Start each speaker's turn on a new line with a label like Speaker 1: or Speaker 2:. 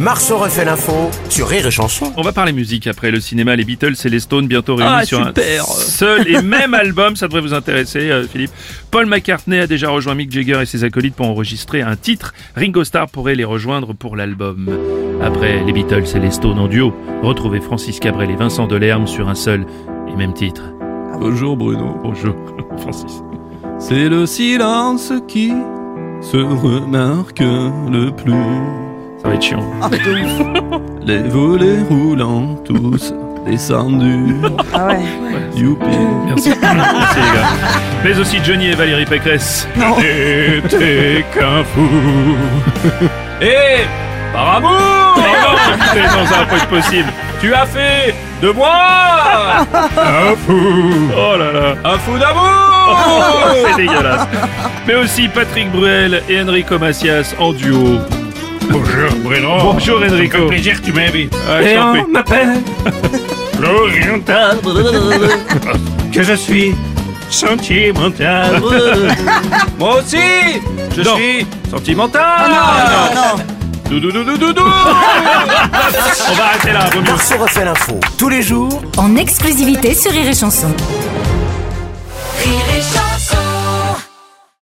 Speaker 1: Marceau refait l'info sur Rire et Chanson.
Speaker 2: On va parler musique après le cinéma, les Beatles et les Stones bientôt réunis
Speaker 3: Ah,
Speaker 2: sur
Speaker 3: super.
Speaker 2: un seul et même album. Ça devrait vous intéresser, euh, Philippe. Paul McCartney a déjà rejoint Mick Jagger et ses acolytes pour enregistrer un titre. Ringo Starr pourrait les rejoindre pour l'album. Après les Beatles et les Stones en duo, retrouvez Francis Cabrel et Vincent Delerme sur un seul et même titre.
Speaker 3: Bonjour Bruno.
Speaker 2: Bonjour, Francis.
Speaker 3: C'est le silence qui se remarque le plus.
Speaker 2: Ça va être chiant.
Speaker 3: Les volets roulants tous descendus.
Speaker 4: Ah ouais.
Speaker 3: Youpi.
Speaker 2: Merci. Merci, les gars. Mais aussi Johnny et Valérie Pécresse. N'était qu'un fou. Et par amour Non, non, écoutez, non, ça va pas être possible. Tu as fait de moi un fou. Oh là là.
Speaker 3: Un fou d'amour
Speaker 2: Oh, c'est dégueulasse. Mais aussi Patrick Bruel et Enrico Macias en duo.
Speaker 5: Bonjour Bruno.
Speaker 2: Bonjour Enrico.
Speaker 5: Quel plaisir que tu m'invites.
Speaker 2: Ah, je t'en prie.
Speaker 5: m'appelle l'oriental. que je suis sentimental.
Speaker 3: Moi aussi Je
Speaker 2: Non.
Speaker 3: suis sentimental
Speaker 4: Ah non, non.
Speaker 2: Doudou, doudou, doudou. On va arrêter là, vaut mieux.
Speaker 1: Marceau refait l'info tous les jours
Speaker 6: en exclusivité sur Rire et Chanson. Rire et Chanson.